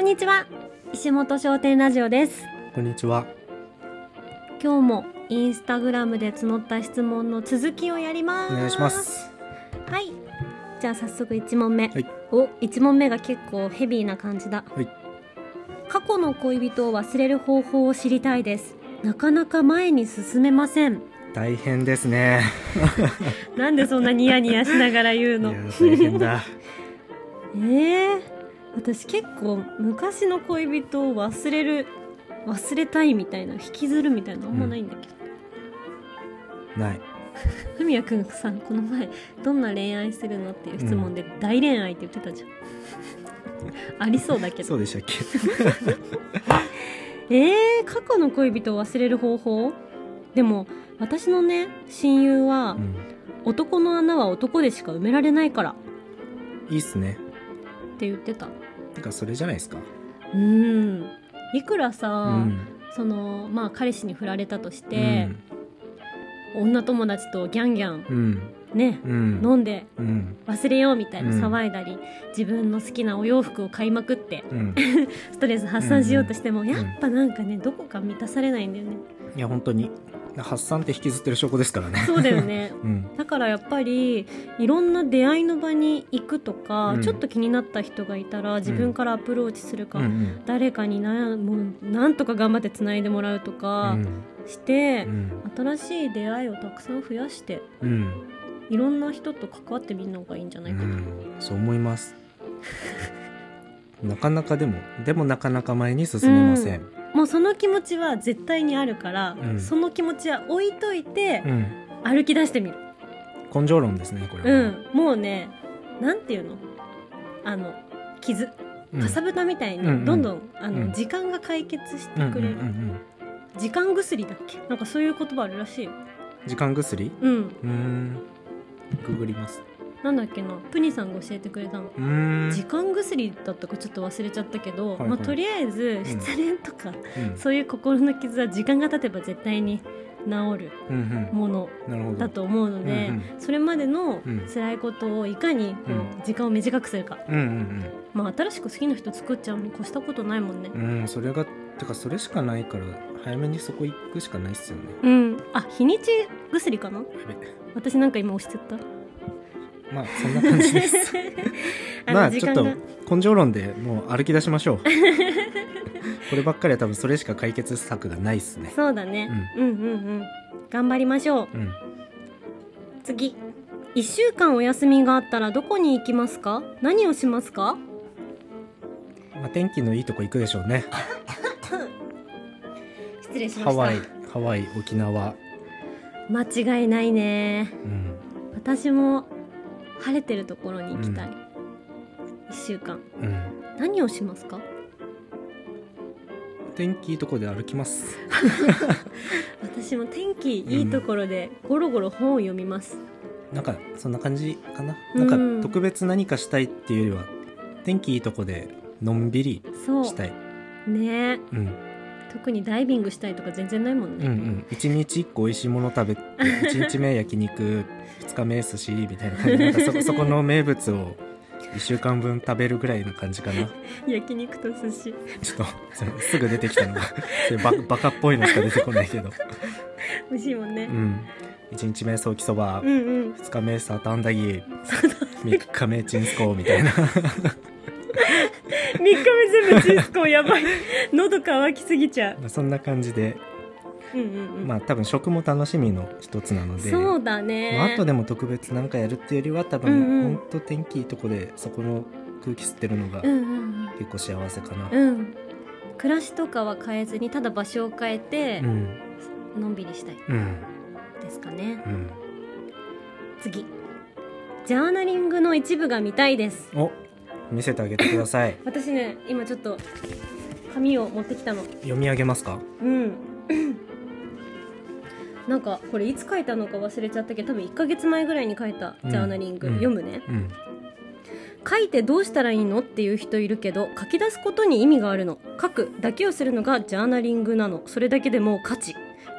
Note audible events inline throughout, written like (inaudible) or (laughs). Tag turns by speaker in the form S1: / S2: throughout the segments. S1: んにちは石本商店ラジオです
S2: こんにちは。
S1: 今日もインスタグラムで募った質問の続きをやりま
S2: お
S1: す
S2: 願いします。
S1: はいじゃあ早速1問目、
S2: はい
S1: お1問目が結構ヘビーな感じだ
S2: はい。
S1: 過去の恋人を忘れる方法を知りたいですなかなか前に進めません
S2: 大変ですね。
S1: なんでそんなニヤニヤしながら言う
S2: いや
S1: の
S2: 大変だ。
S1: (laughs) えー、私結構昔の恋人を忘れる忘れたいみたいな引きずるみたいなのあんまないんだけど
S2: ない。
S1: ふみやくんさんこの前どんな恋愛するのっていう質問で大恋愛って言ってたじゃん、 (laughs) ありそうだけ
S2: そ
S1: ど
S2: うでしたっけ。
S1: えー、過去の恋人を忘れる方法でも私のね親友は、
S2: うん。
S1: 男の穴は男でしか埋められないから
S2: いいっすね。
S1: って言ってた
S2: てかそれじゃないですか。
S1: うんいくらさ、
S2: うん。
S1: そのまあ彼氏に振られたとして、女友達とギャンギャン
S2: うん。
S1: ね、
S2: うん。
S1: 飲んで
S2: うん。
S1: 忘れようみたいな
S2: うん
S1: 騒いだり、自分の好きなお洋服を買いまくって
S2: うん。
S1: ストレス発散しようとしても、
S2: ん
S1: やっぱなんかねどこか満たされないんだよね、
S2: いや本当に発散って引きずってる証拠ですからね。
S1: そうだよ
S2: (laughs)
S1: ね
S2: うん。
S1: だからやっぱりいろんな出会いの場に行くとか、
S2: うん
S1: ちょっと気になった人がいたら自分からアプローチする
S2: う
S1: か、
S2: んうん。
S1: 誰かになもうなんとか頑張ってつないでもらうと
S2: う
S1: か
S2: ん
S1: して
S2: う、ん。
S1: 新しい出会いをたくさん増やして
S2: うん。
S1: いろんな人と関わってみるのがいいんじゃ
S2: う
S1: ないかな、
S2: ん。そう思います。なかなかでもでもなかなか前に進めません。
S1: もうその気持ちは絶対にあるから、
S2: うん
S1: その気持ちは置いといて
S2: うん。
S1: 歩き出してみる、
S2: 根性論ですねこれ
S1: う
S2: は。
S1: んもうねなんていうのあの傷
S2: うん。
S1: かさぶたみたい
S2: うんう
S1: に
S2: ん
S1: どんどん、あの
S2: うん
S1: 時間が解決して
S2: うんうん
S1: く
S2: う
S1: れる、
S2: ん
S1: 時間薬だっけなんかそういう言葉あるらしいよ
S2: うん。時間薬？
S1: うん
S2: うーん。ググります。
S1: なんだっけなプニさんが教えてくれたの
S2: うーん。
S1: 時間薬だったかちょっと忘れちゃったけど、
S2: はいはい
S1: まあ、とりあえず
S2: ん
S1: 失恋とか、
S2: うん
S1: そういう心の傷は時間が経てば絶対に治る
S2: うん
S1: もの
S2: うん。なるほど。
S1: だと思うので、
S2: うん
S1: それまでの
S2: うん
S1: 辛いことをいかにこ
S2: う
S1: う時間を短くするか、
S2: うんうん
S1: まあ、新しく好きな人作っちゃうに越したことないもんね。
S2: うん。うん、それが、てかそれしかないから、早めにそこ行くしかないっすよね。
S1: うん、あ日にち薬かな
S2: やべ
S1: 私なんか今押しちゃっ
S2: (laughs)
S1: た
S2: まあ、そんな感じです。
S1: (laughs) あの
S2: まあ、
S1: 時
S2: ちょ
S1: 間
S2: っと
S1: が、
S2: 根性論でもう歩き出しましょう。 (laughs) こればっかりは多分それしか解決策がないっすね。
S1: そうだね、うん、うんうん頑張りましょう
S2: うん。
S1: 次1週間お休みがあったらどこに行きますか何をしますか
S2: まあ、天気のいいとこ行くでしょうね。
S1: 失礼しま
S2: ハ
S1: し
S2: ワイ
S1: た、
S2: ハワイ、沖縄。
S1: 間違いないね
S2: うん。
S1: 私も晴れてるところに行きたい、一1週間
S2: うん。
S1: 何をしますか
S2: 天気いいとこで歩きます。
S1: 私も天気いいところでゴロゴロ本を読みます、
S2: なんか、そんな感じかな。
S1: うん
S2: なんか、特別何かしたいっていうよりは、天気いいとこで、のんびり
S1: そ
S2: したい。
S1: うね
S2: うん。
S1: 特にダイビングしたいとか全然ないもん
S2: うんう
S1: ね、
S2: ん、1日1個美味しいもの食べて1日目焼肉2日目寿司みたいな感じなんかそそこの名物を1週間分食べるぐらいの感じかな
S1: 焼肉と寿司 (laughs)
S2: ちょっと (laughs) そのすぐ出てきたのがそれババカっぽいのしか出てこないけど、
S1: 美味しいもんね
S2: う、ん、1日目ソーキそば、
S1: うん、うん
S2: 2日目サーターアンダギー3日目チンスコーみたいな (laughs)
S1: 3日目全部チンスコーやばい (laughs) 喉乾きすぎちゃう
S2: そんな感じで
S1: うんうんうん
S2: まあ多分食も楽しみの一つなので
S1: そうだね、
S2: まあ、後でも特別なんかやるっていうよりは多分、
S1: うんうん
S2: ほんと天気いいとこでそこの空気吸ってるのが
S1: うんうん
S2: 結構幸せかな、
S1: うんうん暮らしとかは変えずにただ場所を変えて
S2: う、ん
S1: のんびりしたい
S2: うん
S1: ですかね
S2: うん
S1: 次ジャーナリングの一部が見たいです
S2: お見せてあげてください
S1: 私ね今ちょっと紙を持ってきたの
S2: 読み上げますか
S1: うん (laughs) なんかこれいつ書いたのか忘れちゃったけど多分1ヶ月前ぐらいに書いたジャーナリング、
S2: うんうん
S1: 読むね、
S2: うん (laughs)
S1: 書いてどうしたらいいのっていう人いるけど書き出すことに意味があるの書くだけをするのがジャーナリングなのそれだけでもう価値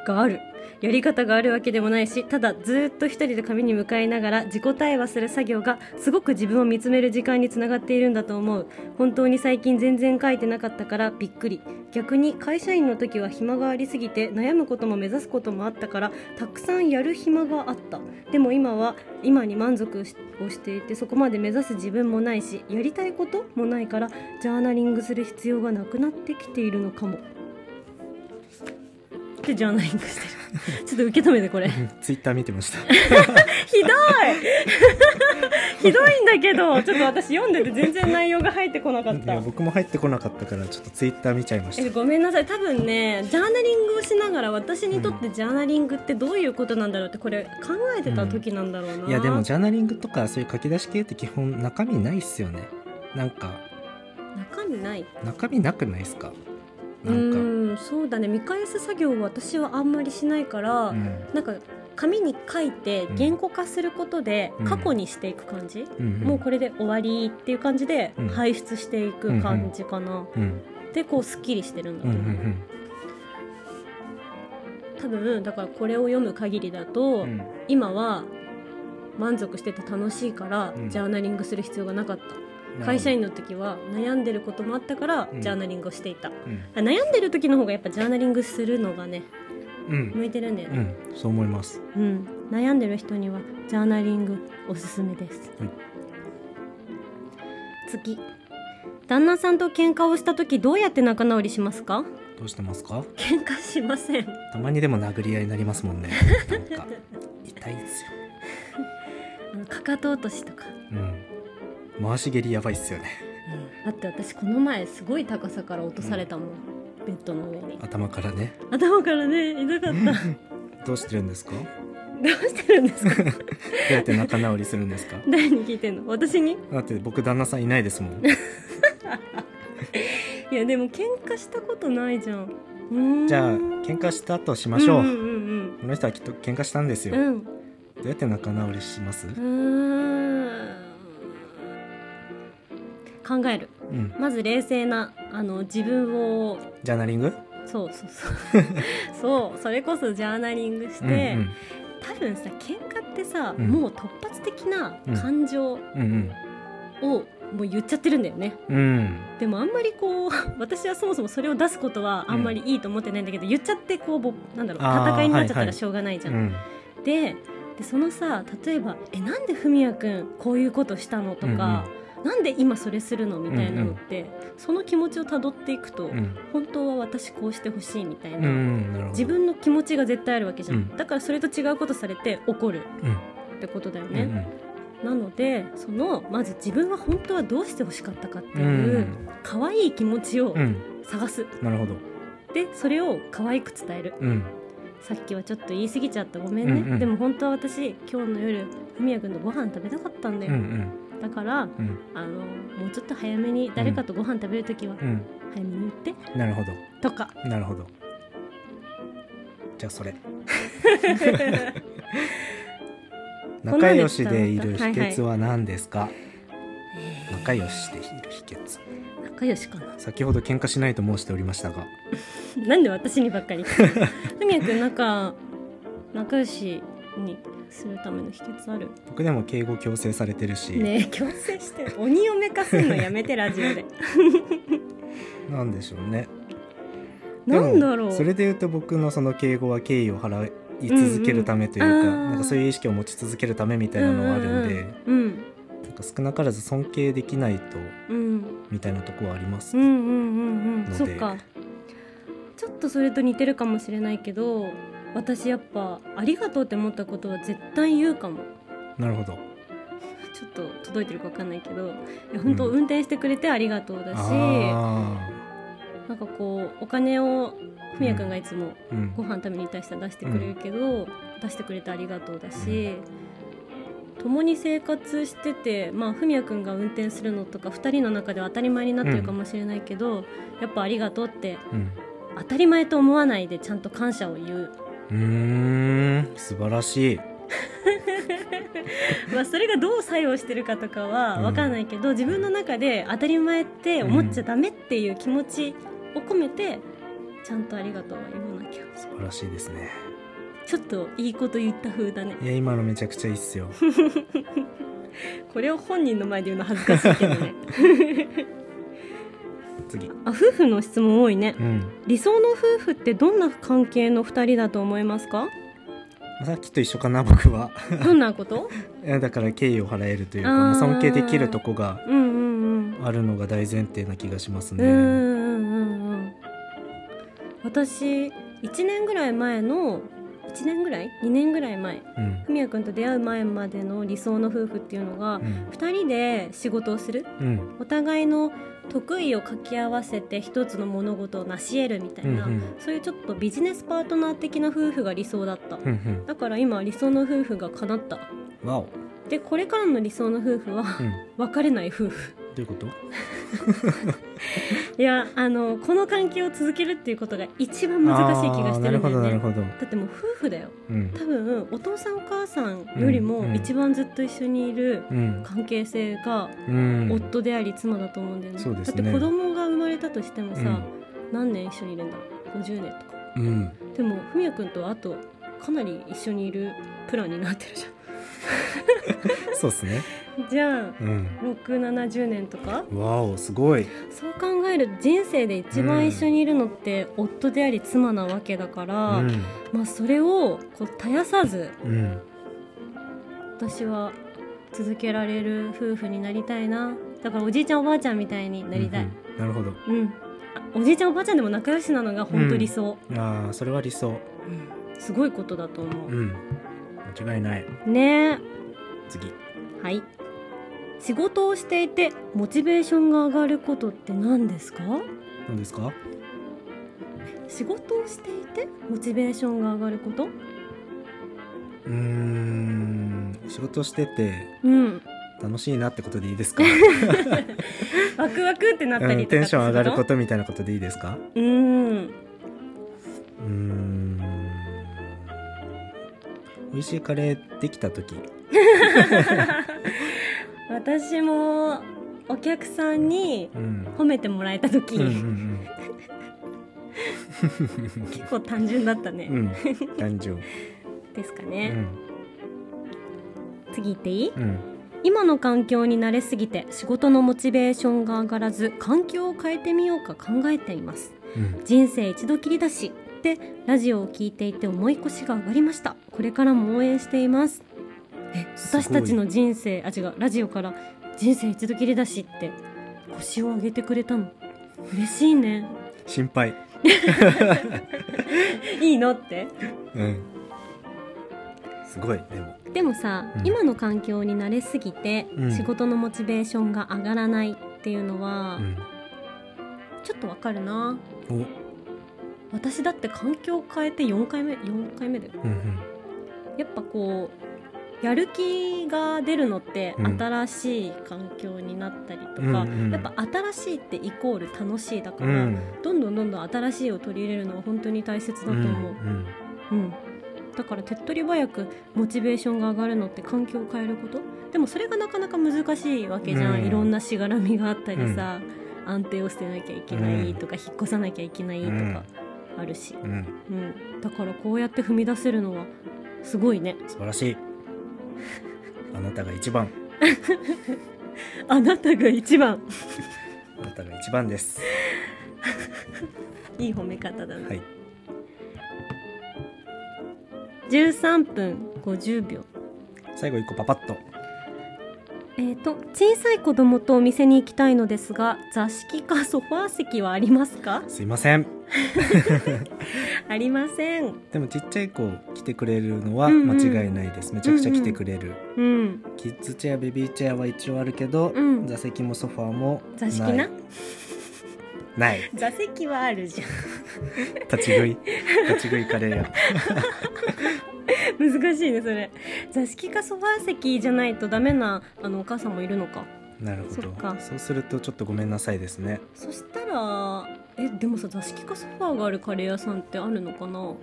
S1: があるやり方があるわけでもないしただずーっと一人で紙に向かいながら自己対話する作業がすごく自分を見つめる時間につながっているんだと思う本当に最近全然書いてなかったからびっくり逆に会社員の時は暇がありすぎて悩むことも目指すこともあったからたくさんやる暇があったでも今は今に満足しをしていてそこまで目指す自分もないしやりたいこともないからジャーナリングする必要がなくなってきているのかもってジャーナリングしてる (laughs) ちょっと受け止めてこ
S2: (laughs)
S1: れひ
S2: ツイッター見てました。
S1: どい (laughs) ひどいんだけどちょっと私読んでて全然内容が入ってこなかっ
S2: いや
S1: た
S2: 僕も入ってこなかったからちょっとツイッター見ちゃいまし
S1: え
S2: た。
S1: ごめんなさい多分ねジャーナリングをしながら私にとってジャーナリングってどういうことなんだろうってこれ考えてた時なんだろうな、
S2: いやでもジャーナリングとかそういう書き出し系って基本中身ないっすよね。なんか
S1: 中身ない
S2: 中身なくないっすか。
S1: う
S2: なんか
S1: ーんそうだね見返す作業は私はあんまりしないから、
S2: うん
S1: なんか紙に書いて
S2: うん
S1: 言語化することで
S2: うん
S1: 過去にしていく感じ、
S2: うんうん
S1: もうこれで終わりっていう感じで
S2: うん
S1: 排出していく感じかな、
S2: うん
S1: でこうすっきりしてるんだ
S2: う
S1: と
S2: んう
S1: 思う、
S2: ん
S1: 多分だからこれを読む限りだと、
S2: うん
S1: 今は満足してて楽しいから、
S2: うん
S1: ジャーナリングする必要がなかった
S2: うん。
S1: 会社員の時は悩んでることもあったから、
S2: うん
S1: ジャーナリングをしていた
S2: うん
S1: あ悩んでる時の方がやっぱジャーナリングするのがね
S2: うん
S1: 向いてるんだよ
S2: う
S1: ね、
S2: んそう思います。
S1: うん悩んでる人にはジャーナリングおすすめです、
S2: はい
S1: 次旦那さんと喧嘩をした時どうやって仲直りしますか
S2: どうしてますか。
S1: 喧嘩しません
S2: たまにでも殴り合いになりますもんね。なんか痛いっすよ。
S1: あのかかと落としとか、
S2: うん回し蹴りやばいっすよね。
S1: だって私この前すごい高さから落とされたもん、ベッドの上に
S2: 頭からね。
S1: 頭からね痛かった
S2: (laughs) どうしてるんですか。ど
S1: どうしてるんですか
S2: うやって仲直りするんですか。
S1: (laughs) 誰に聞いてんの私に
S2: だって僕旦那さんいないですもん。
S1: いやでも喧嘩したことないじゃんうーん
S2: じゃあ喧嘩したとしましょう。
S1: うんうん
S2: この人はきっと喧嘩したんです
S1: うん
S2: よ。
S1: うん、うん
S2: どうやって仲直りします？
S1: うーん考える
S2: うん。
S1: まず冷静なあの自分を
S2: ジャーナリング？
S1: そうそう
S2: (laughs)
S1: そうそうそれこそジャーナリングして、
S2: うんうん
S1: 多分さ喧嘩ってさ、
S2: うん
S1: もう突発的な感情を
S2: うん
S1: もう言っちゃってるんだよね
S2: うんうん
S1: でもあんまりこう (laughs) 私はそもそもそれを出すことはあんまりいいと思ってないんだけど、言っちゃってこうぼなんだろう
S2: あー
S1: 戦いになっちゃった
S2: はい
S1: ら
S2: はい
S1: しょうがないじ
S2: う
S1: ゃん。
S2: ん
S1: ででそのさ例えば「えなんで文也君こういうことしたの?」とか、なんで今それするの?」みたいなのって、その気持ちをたどっていくと、
S2: うん
S1: 本当は私こうしてほしいみたいな、
S2: うんうんなるほど。
S1: 自分の気持ちが絶対あるわけじゃん、
S2: うん
S1: だからそれと違うことされて怒る
S2: うん
S1: ってことだよ
S2: うんう
S1: ね、
S2: ん
S1: なのでそのまず自分は本当はどうしてほしかったかって
S2: う
S1: いうん可愛い気持ちを
S2: うん
S1: 探す、
S2: なるほど。
S1: でそれを可愛く伝える
S2: うん
S1: さっきはちょっと言い過ぎちゃったごめんね、
S2: うんうん
S1: でも本当は私今日の夜文也君とご飯食べたかったんだ
S2: うんう
S1: よ、
S2: ん
S1: だから
S2: うん
S1: あのもうちょっと早めに誰かとご飯食べるときは
S2: うん
S1: 早めに言って
S2: なるほど
S1: とか
S2: なるほど。じゃあそ
S1: (laughs)
S2: れ
S1: んな
S2: 仲
S1: んで
S2: 良しでいる秘訣は何ですか？
S1: え
S2: 仲良しでいる秘訣。
S1: ー仲良しかな (laughs)
S2: 先ほど喧嘩しないと申しておりましたが、
S1: なんで私にば
S2: (laughs)
S1: っかり文也君仲仲良しにするための秘訣ある
S2: 僕でも敬語強制されてるし、
S1: ねえ強制して鬼嫁化すんのやめてラジオ
S2: (laughs)
S1: で
S2: なんでしょうね。で
S1: な
S2: も
S1: んだろう
S2: それで言うと僕のその敬語は敬意を払い続けるためというか、
S1: うんうんあー
S2: なんかそういう意識を持ち続けるためみたいなのはあるんで、
S1: うん
S2: なんか少なからず尊敬できないと
S1: うん
S2: みたいなとこはあります。
S1: うんうんうんうん
S2: ので
S1: そっかちょっとそれと似てるかもしれないけど私やっぱ「ありがとう」って思ったことは絶対言うかも
S2: なるほど。
S1: ちょっと届いてるか分かんないけどいや本当
S2: うん
S1: 運転してくれてありがとうだし、
S2: あ
S1: なんかこうお金をふみやくんがいつも
S2: あ、うん
S1: ご、飯食べに対しては出してくれるけど、出してくれてありがとうだし、共に生活しててまあふみやくんが運転するのとか2人の中では当たり前になってるかもしれないけど、やっぱありがとうって
S2: うん
S1: 当たり前と思わないでちゃんと感謝を言う、
S2: うーん、素晴らしい。
S1: まあ、それがどう作用してるかとかは
S2: うん
S1: 分かんないけど、自分の中で当たり前って思っちゃダメっていう気持ちを込めてちゃんとありがとうは言わないなきゃ
S2: 素晴らしいですね
S1: ちょっといいこと言った風だね
S2: いや今のめちゃくちゃいいっ
S1: (laughs)
S2: すよ
S1: これを本人の前で言うの恥ずかしいけど
S2: (laughs)
S1: ね
S2: 次
S1: あ夫婦の質問多いね
S2: うん
S1: 理想の夫婦ってどんな関係の2人だと思いますか
S2: さっきと一緒かな (laughs) 僕は
S1: どんなこと
S2: (laughs) いやだから敬意を払えるというか、
S1: あー
S2: まあ尊敬できるとこが
S1: うんうんうん
S2: あるのが大前提な気がします
S1: う
S2: ね
S1: んうんうんうん私1年ぐらい前の1年ぐらい2年ぐらい前
S2: うん
S1: ふみやくんと出会う前までの理想の夫婦っていうのが、
S2: うん
S1: 2人で仕事をする
S2: うん
S1: お互いの得意を掛け合わせて一つの物事を成し得るみたい
S2: うんうん
S1: な、そういうちょっとビジネスパートナー的な夫婦が理想だった、
S2: うん
S1: だから今理想の夫婦が叶った
S2: うんわお、うん、
S1: でこれからの理想の夫婦は別れない夫婦
S2: どういうこと
S1: いやあのこの関係を続けるっていうことが一番難しい気がしてるんだよ
S2: あーなる
S1: ね
S2: ほどなる
S1: だってもう夫婦だよ
S2: ほどうん
S1: 多分お父さんお母さんより
S2: う
S1: も
S2: んうん
S1: 一番ずっと一緒にいる
S2: うん
S1: 関係性が
S2: うん
S1: 夫であり妻だと思うんだよね,、
S2: そうです
S1: だって
S2: ね
S1: 子供が生まれたとしてもさ、
S2: うん
S1: 何年一緒にいるんだろう50年とか
S2: うん
S1: でもふみやくんとはあとかなり一緒にいるプランになってるじ
S2: そうですね
S1: ゃん (laughs) じゃあ
S2: うん
S1: 670年とか
S2: わおすごい
S1: そう考えると人生で一番一緒にいるのって夫であり妻なわけだか
S2: う
S1: ら、
S2: ん
S1: まあそれをこう絶やさず
S2: うん
S1: 私は続けられる夫婦になりたいなだからおじいちゃんおばあちゃんみたいになりたい、
S2: うんうんなるほど
S1: うんあおじいちゃんおばあちゃんでも仲良しなのが本当理想、
S2: ああそれは理想
S1: すごいことだと思
S2: う
S1: う、
S2: ん間違いない
S1: ねえ
S2: 次
S1: はい仕事をしていてモチベーションが上がることって何ですか
S2: 何ですか
S1: 仕事をしていてモチベーションが上がること
S2: うーん仕事してて
S1: うん
S2: 楽しいなってことでい
S1: (laughs)
S2: いですか
S1: ワクワクってなったり
S2: うん
S1: とか
S2: テンション上がることとみたいなことでいいですか
S1: うん
S2: うーん美味しいカレーできた時
S1: 私もお客さんに
S2: うん
S1: 褒めてもらえた時、
S2: うんうん
S1: 結構単純だったね、
S2: うん、うん、
S1: (laughs)
S2: 男女
S1: ですか
S2: う
S1: ね、
S2: ん
S1: 次行っていい
S2: うん
S1: 今の環境に慣れすぎて仕事のモチベーションが上がらず環境を変えてみようか考えています
S2: うん
S1: 人生一度きりだしってラジオを聞いていて思い越しが上がりましたこれからも応援していますえ
S2: すごい
S1: 私たちの人生あ違うラジオから人生一度きりだしって腰を上げてくれたの嬉しいね
S2: 心配
S1: (laughs) いいのって
S2: うんすごいでも
S1: でもさ、
S2: うん
S1: 今の環境に慣れすぎて、
S2: うん
S1: 仕事のモチベーションが上がらないっていうのは、
S2: う
S1: ちょっとわかるなん
S2: お
S1: 私だって環境を変えて4回目4回目だよ
S2: うんうん
S1: やっぱこうやる気が出るのって
S2: うん
S1: 新しい環境になったりとか、
S2: うんうん
S1: やっぱ新しいってイコール楽しいだか
S2: う
S1: ら、
S2: ん
S1: どんどんどんどん新しいを取り入れるのは本当に大切だと思う、
S2: うん
S1: うんだから手っ取り早くモチベーションが上がるのって環境を変えることでもそれがなかなか難しいわけじゃん、
S2: うん
S1: いろんなしがらみがあったりさ、安定を捨てなきゃいけないとか、引っ越さなきゃいけないとかあるし、
S2: うんうん
S1: うん、だからこうやって踏み出せるのはすごいね
S2: 素晴らしい (laughs) あなたが一番
S1: あなたが一番
S2: あなたが一番です
S1: いい褒め方だな、
S2: はい
S1: 13分50秒
S2: 最後一個パパッと
S1: えー、と小さい子供とお店に行きたいのですが座敷かソファー席はありますか (laughs)
S2: すいません
S1: ありません
S2: でもちっちゃい子来てくれるのは
S1: うん
S2: 間
S1: うん
S2: 違いないです、めちゃくちゃ来てくれる、
S1: うん
S2: キッズチェアベビーチェアは一応あるけど、
S1: うん
S2: 座席もソファーも
S1: 座敷ない
S2: ない
S1: 座席はあるじゃん
S2: 立ち食い立ち食いカレー屋
S1: (laughs) 難しいねそれ座敷かソファー席じゃないとダメなあのお母さんもいるのか
S2: なるほ
S1: そ
S2: ど
S1: っか
S2: そうするとちょっとごめんなさいですね
S1: そしたらえでもさ座敷かソファーがあるカレー屋さんってあるのかな
S2: う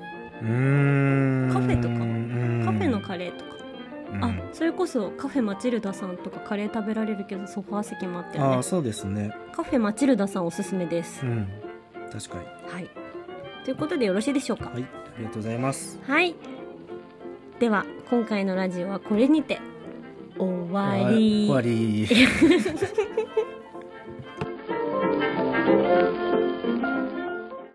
S2: ーん
S1: カフェとか
S2: か
S1: カフェのカ
S2: レ
S1: レーとか、
S2: ー、うん
S1: あそれこそカフェマチルダさんとかカレー食べられるけどソファー席もあった
S2: あ
S1: よ
S2: あ
S1: ね
S2: そうですね
S1: カフェマチルダさんおすすめです
S2: う、ん確かに
S1: はいということでよろしいでしょうか
S2: はいありがとうございます
S1: はいでは今回のラジオはこれにて終わり
S2: 終わり